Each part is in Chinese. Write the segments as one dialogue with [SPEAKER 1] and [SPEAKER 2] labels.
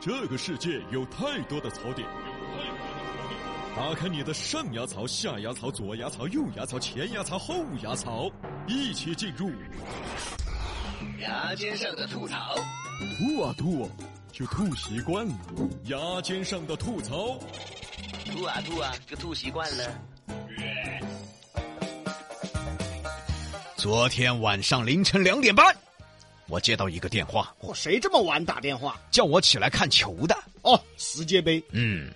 [SPEAKER 1] 这个世界有太多的槽点，打开你的上牙槽、下牙槽、左牙槽、右牙槽、前牙槽、后牙槽，一起进入
[SPEAKER 2] 牙尖上的吐槽，
[SPEAKER 1] 吐啊吐啊，就吐习惯了。牙尖上的吐槽，
[SPEAKER 2] 吐啊吐啊，就吐习惯了。
[SPEAKER 3] 昨天晚上凌晨两点半，我接到一个电话，
[SPEAKER 4] 嚯，谁这么晚打电话？
[SPEAKER 3] 叫我起来看球的。
[SPEAKER 4] 哦，世界杯。
[SPEAKER 3] 嗯，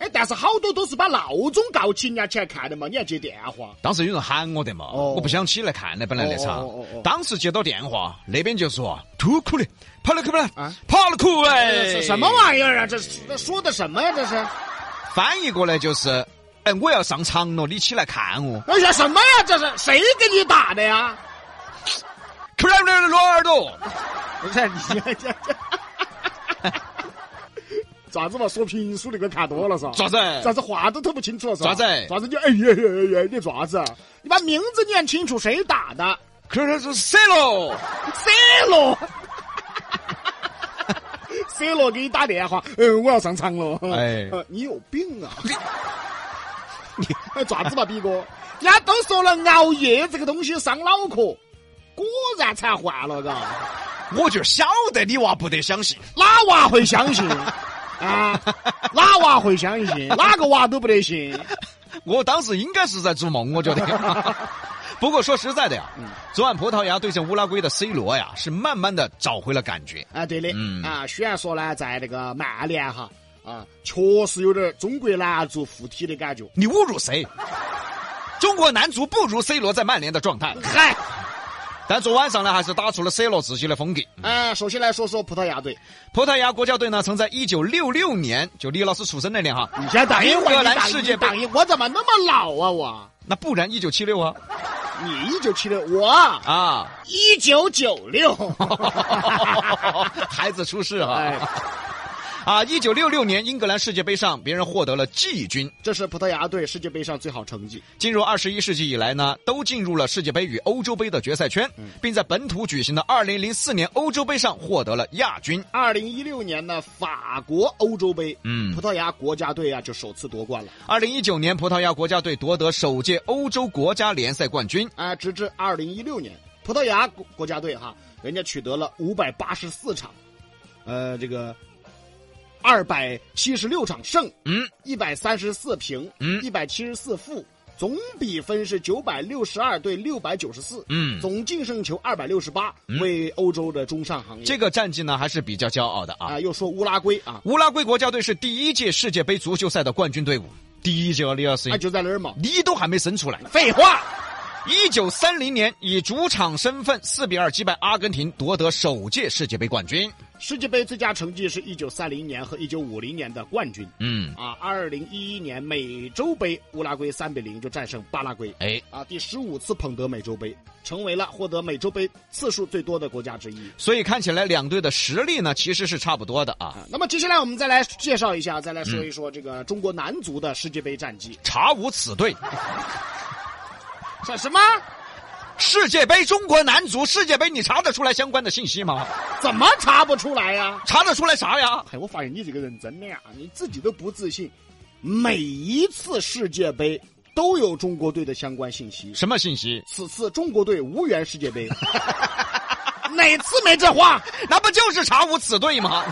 [SPEAKER 4] 哎，但是好多都是把闹钟告起人家起来看的嘛，你还接电话？
[SPEAKER 3] 当时有人喊我的嘛，
[SPEAKER 4] 哦
[SPEAKER 3] 我不想起来看的，本来那场。
[SPEAKER 4] 哦哦哦哦
[SPEAKER 3] 当时接到电话，那边就说吐苦的，跑了去不了
[SPEAKER 4] 啊，
[SPEAKER 3] 跑了去
[SPEAKER 4] 这
[SPEAKER 3] 哎，
[SPEAKER 4] 是什么？玩意儿啊？这是这说的什么呀？这是？哎
[SPEAKER 3] 翻译过来就是，哎，我要上场了，你起来看我。
[SPEAKER 4] 呀，什么呀？这是谁给你打的呀？
[SPEAKER 3] 克莱罗罗尔多，
[SPEAKER 4] 不是 你这这这，咋子嘛？说评书那个看多了是吧？
[SPEAKER 3] 咋子？
[SPEAKER 4] 咋子话都听不清楚了是吧？
[SPEAKER 3] 咋子
[SPEAKER 4] 咋子你哎呀呀呀！你爪子？啊你把名字念清楚，谁打的？
[SPEAKER 3] 克莱罗塞罗，
[SPEAKER 4] C 罗 ，C 罗给你打电话，嗯，我要上场了。
[SPEAKER 3] 哎
[SPEAKER 4] 呃你有病啊！你哎爪子吧，逼哥，人家都说了熬夜这个东西伤脑壳，果然才换了，嘎，
[SPEAKER 3] 我就晓得你娃不得相信。
[SPEAKER 4] 哪娃会相信？ 啊，哪娃会相信？哪个娃都不得信。
[SPEAKER 3] 我当时应该是在做梦，我觉得。不过说实在的呀，昨晚葡萄牙对阵乌拉圭的 C 罗呀，是慢慢的找回了感觉。
[SPEAKER 4] 啊，对的，
[SPEAKER 3] 嗯
[SPEAKER 4] 啊，虽然说呢，在那个曼联哈，啊，确实有点中国男足附体的感觉。
[SPEAKER 3] 你侮辱谁？中国男足不如 C 罗在曼联的状态，
[SPEAKER 4] 嗨。
[SPEAKER 3] 但昨晚上呢，还是打出了 C 罗自己的风格。
[SPEAKER 4] 啊，首先来说说葡萄牙队，
[SPEAKER 3] 葡萄牙国家队呢，曾在1966年，就李老师出生那年哈，
[SPEAKER 4] 你先等一
[SPEAKER 3] 英
[SPEAKER 4] 会
[SPEAKER 3] 格
[SPEAKER 4] 儿，
[SPEAKER 3] 兰
[SPEAKER 4] 你等一
[SPEAKER 3] 世界杯
[SPEAKER 4] 等一，我怎么那么老啊我？
[SPEAKER 3] 那不然1976啊
[SPEAKER 4] 你一九七六，我
[SPEAKER 3] 啊，
[SPEAKER 4] 一九九 六。
[SPEAKER 3] 孩子出世哈、
[SPEAKER 4] 哎，
[SPEAKER 3] 啊！一九六六年英格兰世界杯上，别人获得了季军，
[SPEAKER 4] 这是葡萄牙队世界杯上最好成绩。
[SPEAKER 3] 进入二十一世纪以来呢，都进入了世界杯与欧洲杯的决赛圈，
[SPEAKER 4] 嗯
[SPEAKER 3] 并在本土举行的二零零四年欧洲杯上获得了亚军。
[SPEAKER 4] 二零一六年呢，法国欧洲杯，
[SPEAKER 3] 嗯
[SPEAKER 4] 葡萄牙国家队啊就首次夺冠了
[SPEAKER 3] 二零一九年，葡萄牙国家队夺得首届欧洲国家联赛冠军。
[SPEAKER 4] 啊，直至二零一六年，葡萄牙国国家队哈，人家取得了五百八十四场，呃，这个二百七十六场胜，
[SPEAKER 3] 嗯，
[SPEAKER 4] 一百三十四平，
[SPEAKER 3] 嗯
[SPEAKER 4] 一百七十四负，总比分是九百六十二对六百九十四，
[SPEAKER 3] 嗯
[SPEAKER 4] 总净胜球二百六十八，为欧洲的中上行业。
[SPEAKER 3] 这个战绩呢，还是比较骄傲的
[SPEAKER 4] 啊、
[SPEAKER 3] 啊。
[SPEAKER 4] 又说乌拉圭啊，
[SPEAKER 3] 乌拉圭国家队是第一届世界杯足球赛的冠军队伍，第一届啊，李老师
[SPEAKER 4] 啊，就在那儿嘛。
[SPEAKER 3] 你都还没生出来。
[SPEAKER 4] 废话，
[SPEAKER 3] 一九三零年，以主场身份四比二击败阿根廷，夺得首届世界杯冠军。
[SPEAKER 4] 世界杯最佳成绩是一九三零年和一九五零年的冠军。
[SPEAKER 3] 嗯，
[SPEAKER 4] 啊，二零一一年美洲杯，乌拉圭三比零就战胜巴拉圭，
[SPEAKER 3] 哎，
[SPEAKER 4] 啊，第十五次捧得美洲杯，成为了获得美洲杯次数最多的国家之一。
[SPEAKER 3] 所以看起来两队的实力呢，其实是差不多的啊。
[SPEAKER 4] 啊，那么接下来我们再来介绍一下，再来说一说这个中国男足的世界杯战绩。
[SPEAKER 3] 查无此队，
[SPEAKER 4] 什什么？
[SPEAKER 3] 世界杯中国男足世界杯，你查得出来相关的信息吗？
[SPEAKER 4] 怎么查不出来呀、
[SPEAKER 3] 查得出来啥呀？
[SPEAKER 4] 哎，我发现你这个人真的呀，啊你自己都不自信。每一次世界杯都有中国队的相关信息，
[SPEAKER 3] 什么信息？
[SPEAKER 4] 此次中国队无缘世界杯，哪次没这话？
[SPEAKER 3] 那不就是查无此队吗？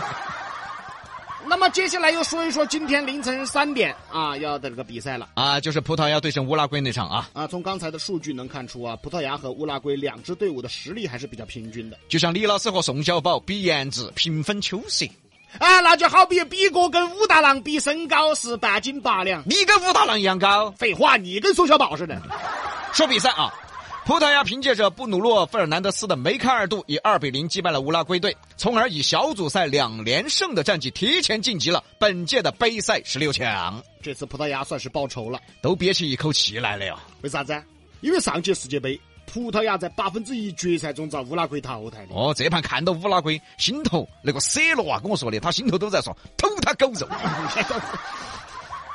[SPEAKER 4] 那么接下来又说一说今天凌晨三点啊要的这个比赛了。
[SPEAKER 3] 啊，就是葡萄牙对阵乌拉圭那场啊。
[SPEAKER 4] 啊，从刚才的数据能看出啊，葡萄牙和乌拉圭两支队伍的实力还是比较平均的。
[SPEAKER 3] 就像李老师和宋小宝比颜值，平分秋色。
[SPEAKER 4] 啊，那就好比比哥跟武大郎比身高是半斤八两。
[SPEAKER 3] 你跟武大郎一样高。
[SPEAKER 4] 废话，你跟宋小宝似的。
[SPEAKER 3] 说比赛啊，葡萄牙凭借着布鲁诺·费尔南德斯的梅开二度，以二比零击败了乌拉圭队，从而以小组赛两连胜的战绩提前晋级了本届的杯赛十六强。
[SPEAKER 4] 这次葡萄牙算是报仇了，
[SPEAKER 3] 都憋起一口气来了哟。
[SPEAKER 4] 为啥子？啊因为上届世界杯，葡萄牙在八分之一决赛中遭乌拉圭淘汰的。
[SPEAKER 3] 哦，这盘看到乌拉圭，心头那个 C 罗啊，跟我说的，他心头都在说偷他狗肉。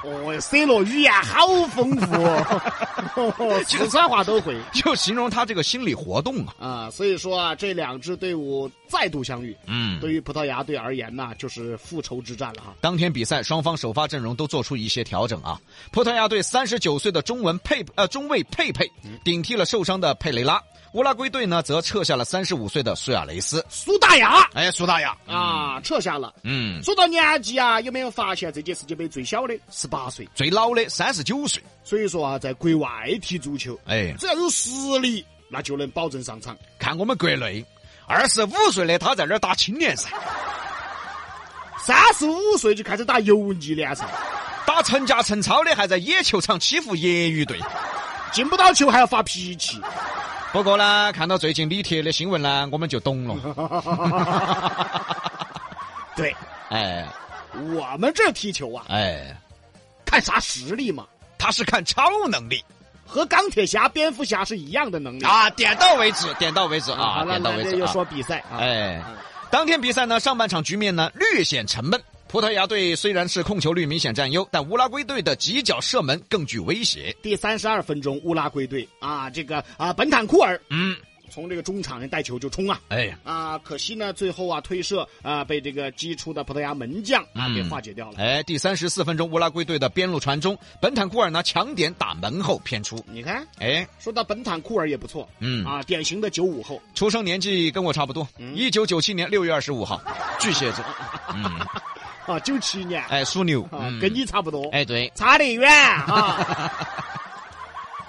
[SPEAKER 4] 哦，C 罗语言好丰富， 哦，四川话都会
[SPEAKER 3] 就形容他这个心理活动啊。
[SPEAKER 4] 啊。所以说啊，这两支队伍再度相遇，
[SPEAKER 3] 嗯，
[SPEAKER 4] 对于葡萄牙队而言呢，就是复仇之战了哈。
[SPEAKER 3] 当天比赛，双方首发阵容都做出一些调整啊。葡萄牙队三十九岁的中文佩呃中卫佩佩顶替了受伤的佩雷拉，乌拉圭队呢则撤下了三十五岁的苏亚雷斯。
[SPEAKER 4] 苏大雅
[SPEAKER 3] 哎，苏大雅，
[SPEAKER 4] 啊，撤下了。
[SPEAKER 3] 嗯，
[SPEAKER 4] 说到年纪啊，有没有发现这届世界杯最小的十八岁？
[SPEAKER 3] 最老的三十九岁，
[SPEAKER 4] 所以说啊，在国外踢足球，
[SPEAKER 3] 哎，
[SPEAKER 4] 只要有实力，那就能保证上场。
[SPEAKER 3] 看我们国内。二十五岁的他在这儿打青年赛，
[SPEAKER 4] 三十五岁就开始打油腻联赛，
[SPEAKER 3] 打成家成超的还在野球场欺负业余队。
[SPEAKER 4] 进不到球还要发脾气。
[SPEAKER 3] 不过呢，看到最近李铁的新闻呢，我们就懂 了。
[SPEAKER 4] 对
[SPEAKER 3] 哎
[SPEAKER 4] 我们这踢球啊，
[SPEAKER 3] 哎，
[SPEAKER 4] 看啥实力嘛，
[SPEAKER 3] 他是看超能力
[SPEAKER 4] 和钢铁侠、蝙蝠侠是一样的能力。
[SPEAKER 3] 啊，点到为止，点到为止啊，
[SPEAKER 4] 好了，
[SPEAKER 3] 点到
[SPEAKER 4] 那
[SPEAKER 3] 为
[SPEAKER 4] 这
[SPEAKER 3] 止
[SPEAKER 4] 又
[SPEAKER 3] 啊。
[SPEAKER 4] 说比赛啊，
[SPEAKER 3] 哎，当天比赛呢，上半场局面呢略显沉闷。葡萄牙队虽然是控球率明显占优，但乌拉圭队的几脚射门更具威胁。
[SPEAKER 4] 第三十二分钟，乌拉圭队啊，这个啊，本坦库尔
[SPEAKER 3] 嗯，
[SPEAKER 4] 从这个中场人带球就冲啊。
[SPEAKER 3] 哎，
[SPEAKER 4] 啊，可惜呢，最后啊推射啊被这个击出的葡萄牙门将啊、
[SPEAKER 3] 嗯
[SPEAKER 4] 给化解掉了。
[SPEAKER 3] 哎，第三十四分钟，乌拉圭队的边路传中，本坦库尔呢抢点打门后偏出。
[SPEAKER 4] 你看，
[SPEAKER 3] 哎，
[SPEAKER 4] 说到本坦库尔也不错，
[SPEAKER 3] 嗯
[SPEAKER 4] 啊，典型的九五后，
[SPEAKER 3] 出生年纪跟我差不多，一九九七年六月二十五号，巨蟹 座。嗯，
[SPEAKER 4] 啊，九七年，
[SPEAKER 3] 哎，属牛。
[SPEAKER 4] 啊
[SPEAKER 3] 嗯，
[SPEAKER 4] 跟你差不多，
[SPEAKER 3] 哎对
[SPEAKER 4] 差得 远啊。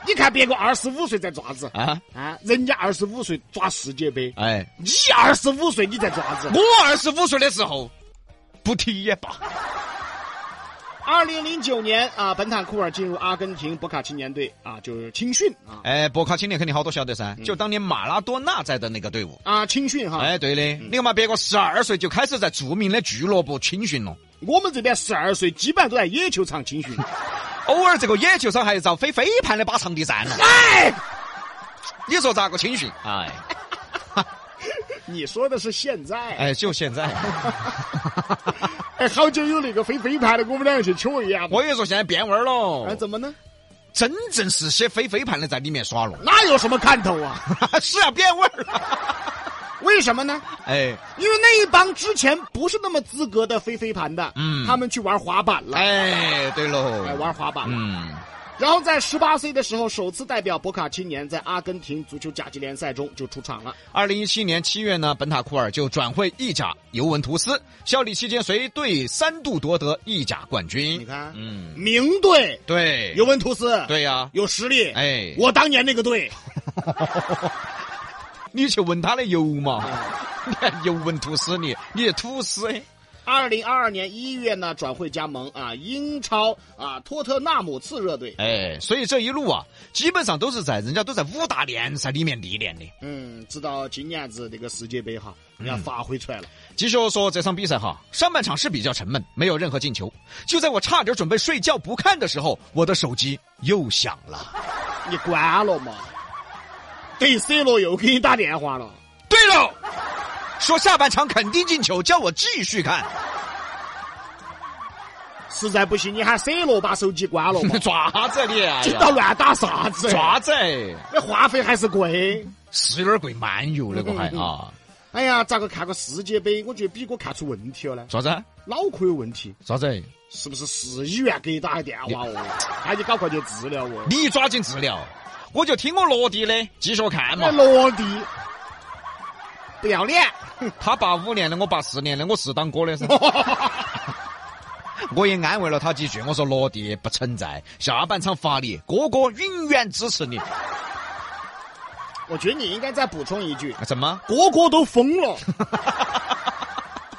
[SPEAKER 4] 你看别个二十五岁在爪子
[SPEAKER 3] 啊，
[SPEAKER 4] 啊，人家二十五岁抓世界杯，
[SPEAKER 3] 哎，
[SPEAKER 4] 你二十五岁你在爪子。
[SPEAKER 3] 我二十五岁的时候不提也罢。
[SPEAKER 4] 二零零九年啊，本坦库尔进入阿根廷博卡青年队啊，就是青训啊
[SPEAKER 3] 哎，博卡青年肯定好多晓得噻，就当年马拉多纳在的那个队伍。
[SPEAKER 4] 啊青训哈。
[SPEAKER 3] 哎，对的，你看嘛，别个十二岁就开始在著名的俱乐部青训了，
[SPEAKER 4] 我们这边十二岁基本上都在野球场青训。
[SPEAKER 3] 偶尔这个野球场还遭非飞盘的把场地占了。
[SPEAKER 4] 哎，
[SPEAKER 3] 你说咋个青训？哎
[SPEAKER 4] 你说的是现在？
[SPEAKER 3] 哎，就现 在，
[SPEAKER 4] 哎，好久有那个飞飞盘的，我们俩去瞧一下嘛。
[SPEAKER 3] 我跟你说，现在变味儿
[SPEAKER 4] 哎，
[SPEAKER 3] 了，
[SPEAKER 4] 怎么呢？
[SPEAKER 3] 真正是些飞飞盘的在里面耍了，
[SPEAKER 4] 哪有什么看头啊？
[SPEAKER 3] 是啊，变味儿了。
[SPEAKER 4] 为什么呢？
[SPEAKER 3] 哎
[SPEAKER 4] 因为那一帮之前不是那么资格的飞飞盘的，
[SPEAKER 3] 嗯
[SPEAKER 4] 他们去玩滑板了，
[SPEAKER 3] 哎，对
[SPEAKER 4] 哎，
[SPEAKER 3] 喽，
[SPEAKER 4] 玩滑板了。
[SPEAKER 3] 嗯，
[SPEAKER 4] 然后在十八岁的时候，首次代表博卡青年在阿根廷足球甲级联赛中就出场了。
[SPEAKER 3] 二零一七年七月呢，本塔库尔就转会意甲尤文图斯，效力期间随队三度夺得意甲冠军。
[SPEAKER 4] 你看，
[SPEAKER 3] 嗯，
[SPEAKER 4] 名队
[SPEAKER 3] 对，
[SPEAKER 4] 尤文图斯，
[SPEAKER 3] 对呀、
[SPEAKER 4] 有实力。
[SPEAKER 3] 哎
[SPEAKER 4] 我当年那个队，
[SPEAKER 3] 你去闻他的油 嘛，你看油闻吐司你，你也吐司哎，
[SPEAKER 4] 二零二二年一月呢转会加盟啊英超啊托特纳姆次热队。
[SPEAKER 3] 哎，所以这一路啊，基本上都是在人家都在五大联赛里面历练的。
[SPEAKER 4] 嗯，直到今年子这个世界杯哈，人
[SPEAKER 3] 嗯
[SPEAKER 4] 家发挥出来了。
[SPEAKER 3] 继续说这场比赛哈，上半场是比较沉闷，没有任何进球。就在我差点准备睡觉不看的时候，我的手机又响了。
[SPEAKER 4] 你关了嘛？等于 C 罗又给你打电话了。
[SPEAKER 3] 对了，说下半场肯定进球，叫我继续看，？
[SPEAKER 4] 实在不行，你喊 C 罗把手机关了嘛
[SPEAKER 3] 爪子你， 哎
[SPEAKER 4] 这到
[SPEAKER 3] 呀，
[SPEAKER 4] 乱打啥子？
[SPEAKER 3] 爪
[SPEAKER 4] 抓，
[SPEAKER 3] 子哎，
[SPEAKER 4] 那话费还是贵。
[SPEAKER 3] 是有点贵漫游那个还啊，
[SPEAKER 4] 哎呀，咋个看个世界杯，我觉得比我看出问题了呢？
[SPEAKER 3] 爪子
[SPEAKER 4] 脑壳有问题，
[SPEAKER 3] 爪子，
[SPEAKER 4] 是不是市医院给你打个电话 哦？那你赶快去治疗哦。
[SPEAKER 3] 你抓紧治疗，我就听我落地的，继续看嘛
[SPEAKER 4] 哎，。落地，不要脸。
[SPEAKER 3] 他爸五年的，我爸四年的，我是当哥的噻。 我也安慰了他几句，我说落地不存在，下半场发力，哥哥永远支持你。啊
[SPEAKER 4] 我觉得你应该再补充一句，
[SPEAKER 3] 怎么？
[SPEAKER 4] 国国都疯了。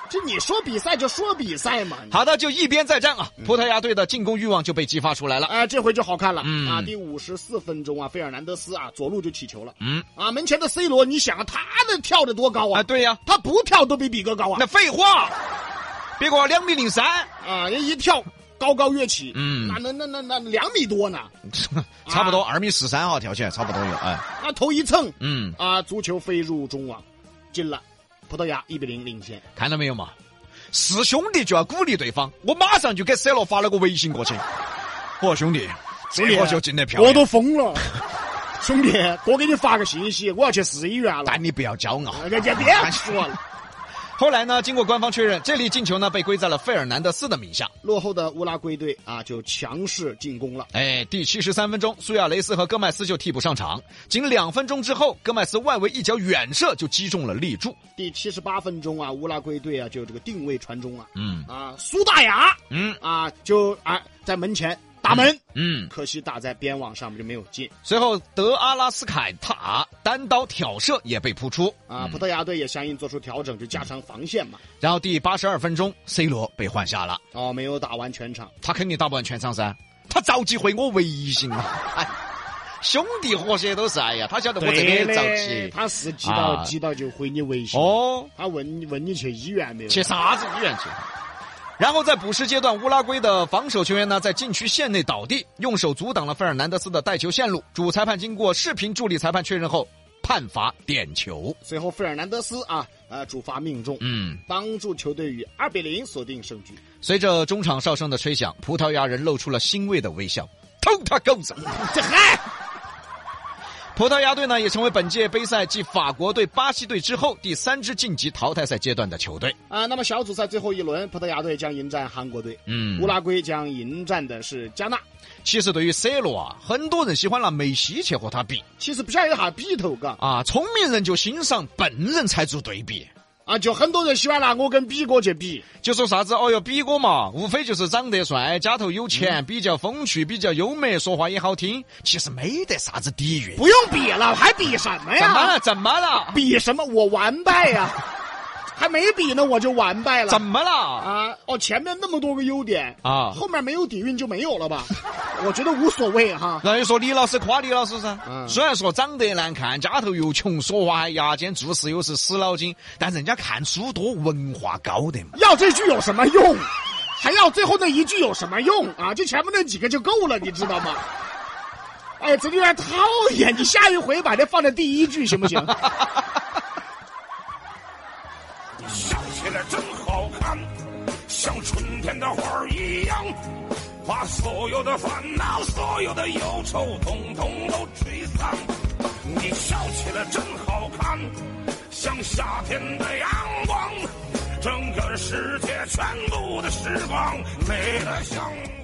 [SPEAKER 4] 就你说比赛就说比赛嘛。
[SPEAKER 3] 好的，就一边再战啊！葡萄牙队的进攻欲望就被激发出来了。
[SPEAKER 4] 啊、这回就好看了、
[SPEAKER 3] 嗯
[SPEAKER 4] 啊！第五十四分钟啊，费尔南德斯啊，左路就起球了。
[SPEAKER 3] 嗯，
[SPEAKER 4] 啊，门前的 C 罗，你想啊，他那跳得多高啊？
[SPEAKER 3] 啊，对呀、
[SPEAKER 4] 他不跳都比比哥高啊
[SPEAKER 3] 那！废话，别个两米零三，
[SPEAKER 4] 啊，人一跳高高跃起，
[SPEAKER 3] 嗯
[SPEAKER 4] 那那那那那两米多呢，
[SPEAKER 3] 差不多二米十三哈，跳起来差不多有。哎，
[SPEAKER 4] 那啊头一蹭
[SPEAKER 3] 啊嗯，
[SPEAKER 4] 啊，足球飞入中网，进了，葡萄牙一比零领先。
[SPEAKER 3] 看到没有嘛？是兄弟就要鼓励对方。我马上就给舍洛发了个微信过去，啊嚯哦兄弟，这
[SPEAKER 4] 兄弟啊
[SPEAKER 3] 个球进得漂
[SPEAKER 4] 我
[SPEAKER 3] 亮，
[SPEAKER 4] 都疯了。 兄弟，多给你发个信息，我要去市医院了。
[SPEAKER 3] 但你不要骄傲。
[SPEAKER 4] 人家别说了。
[SPEAKER 3] 后来呢，经过官方确认，这粒进球呢被归在了费尔南德斯的名下。
[SPEAKER 4] 落后的乌拉圭队啊，就强势进攻了。
[SPEAKER 3] 哎，第七十三分钟，苏亚雷斯和戈麦斯就替补上场，仅两分钟之后，戈麦斯外围一脚远射就击中了立柱。
[SPEAKER 4] 第七十八分钟啊，乌拉圭队啊就这个定位传中啊，
[SPEAKER 3] 嗯
[SPEAKER 4] 啊，苏大雅
[SPEAKER 3] 嗯
[SPEAKER 4] 啊就啊在门前打门，
[SPEAKER 3] 嗯。
[SPEAKER 4] 可惜打在边网上面就没有进
[SPEAKER 3] 随后，德阿拉斯凯塔单刀挑射也被扑出。
[SPEAKER 4] 啊。葡萄牙队也相应做出调整，就加强防线嘛。
[SPEAKER 3] 然后第八十二分钟，C 罗被换下了，
[SPEAKER 4] 哦，没有打完全场。
[SPEAKER 3] 他肯定打不完全场噻，他着急回我微信啊。哎兄弟伙些都是，哎呀，他晓得我这边也着急。
[SPEAKER 4] 他是急到
[SPEAKER 3] 啊
[SPEAKER 4] 急到就回你微信。
[SPEAKER 3] 哦，
[SPEAKER 4] 他问你问你去医院没有？啊
[SPEAKER 3] 去啥子医院去？然后在补时阶段，乌拉圭的防守球员呢在禁区线内倒地，用手阻挡了费尔南德斯的带球线路。主裁判经过视频助理裁判确认后，判罚点球。
[SPEAKER 4] 随后费尔南德斯啊呃主罚命中，
[SPEAKER 3] 嗯，
[SPEAKER 4] 帮助球队以二比零锁定胜局。
[SPEAKER 3] 随着中场哨声的吹响，葡萄牙人露出了欣慰的微笑。偷他狗子！
[SPEAKER 4] 这嗨。
[SPEAKER 3] 葡萄牙队呢也成为本届杯赛继法国队、巴西队之后第三支晋级淘汰赛阶段的球队。
[SPEAKER 4] 啊，那么小组赛最后一轮，葡萄牙队将迎战韩国队，
[SPEAKER 3] 嗯
[SPEAKER 4] 乌拉圭将迎战的是加纳。
[SPEAKER 3] 其实对于 C 罗啊，很多人喜欢拿梅西去和他比
[SPEAKER 4] 其实不晓得有啥比头，嘎
[SPEAKER 3] 啊，聪明人就欣赏，笨人才做对比。
[SPEAKER 4] 啊，就很多人喜欢拿我跟比哥去比，
[SPEAKER 3] 就说啥子哦哟，比哥嘛，无非就是长得帅，家头有钱，比较风趣，比较幽默，说话也好听。其实没得啥子底蕴。
[SPEAKER 4] 不用比了，还比什么
[SPEAKER 3] 怎么
[SPEAKER 4] 呀？
[SPEAKER 3] 了？怎么了？
[SPEAKER 4] 比什么？我完败呀、还没比呢，我就完败了。
[SPEAKER 3] 怎么了？
[SPEAKER 4] 啊？哦，前面那么多个优点
[SPEAKER 3] 啊
[SPEAKER 4] 后面没有底蕴就没有了吧？ 我觉得无所谓哈。
[SPEAKER 3] 那就说李老师夸李老师噻，
[SPEAKER 4] 嗯
[SPEAKER 3] 虽然说长得难看，家头又穷，说话还牙尖，做事又是死脑筋，但人家看书多，文化高的嘛。
[SPEAKER 4] 要这句有什么用？还要最后那一句有什么用啊？就前面那几个就够了，你知道吗？哎，这有点讨厌。你下一回把这放在第一句行不行？
[SPEAKER 5] 笑起来真好看，像春天的花儿一样，把所有的烦恼、所有的忧愁，统统都吹散。你笑起来真好看，像夏天的阳光，整个世界全部的时光美得像。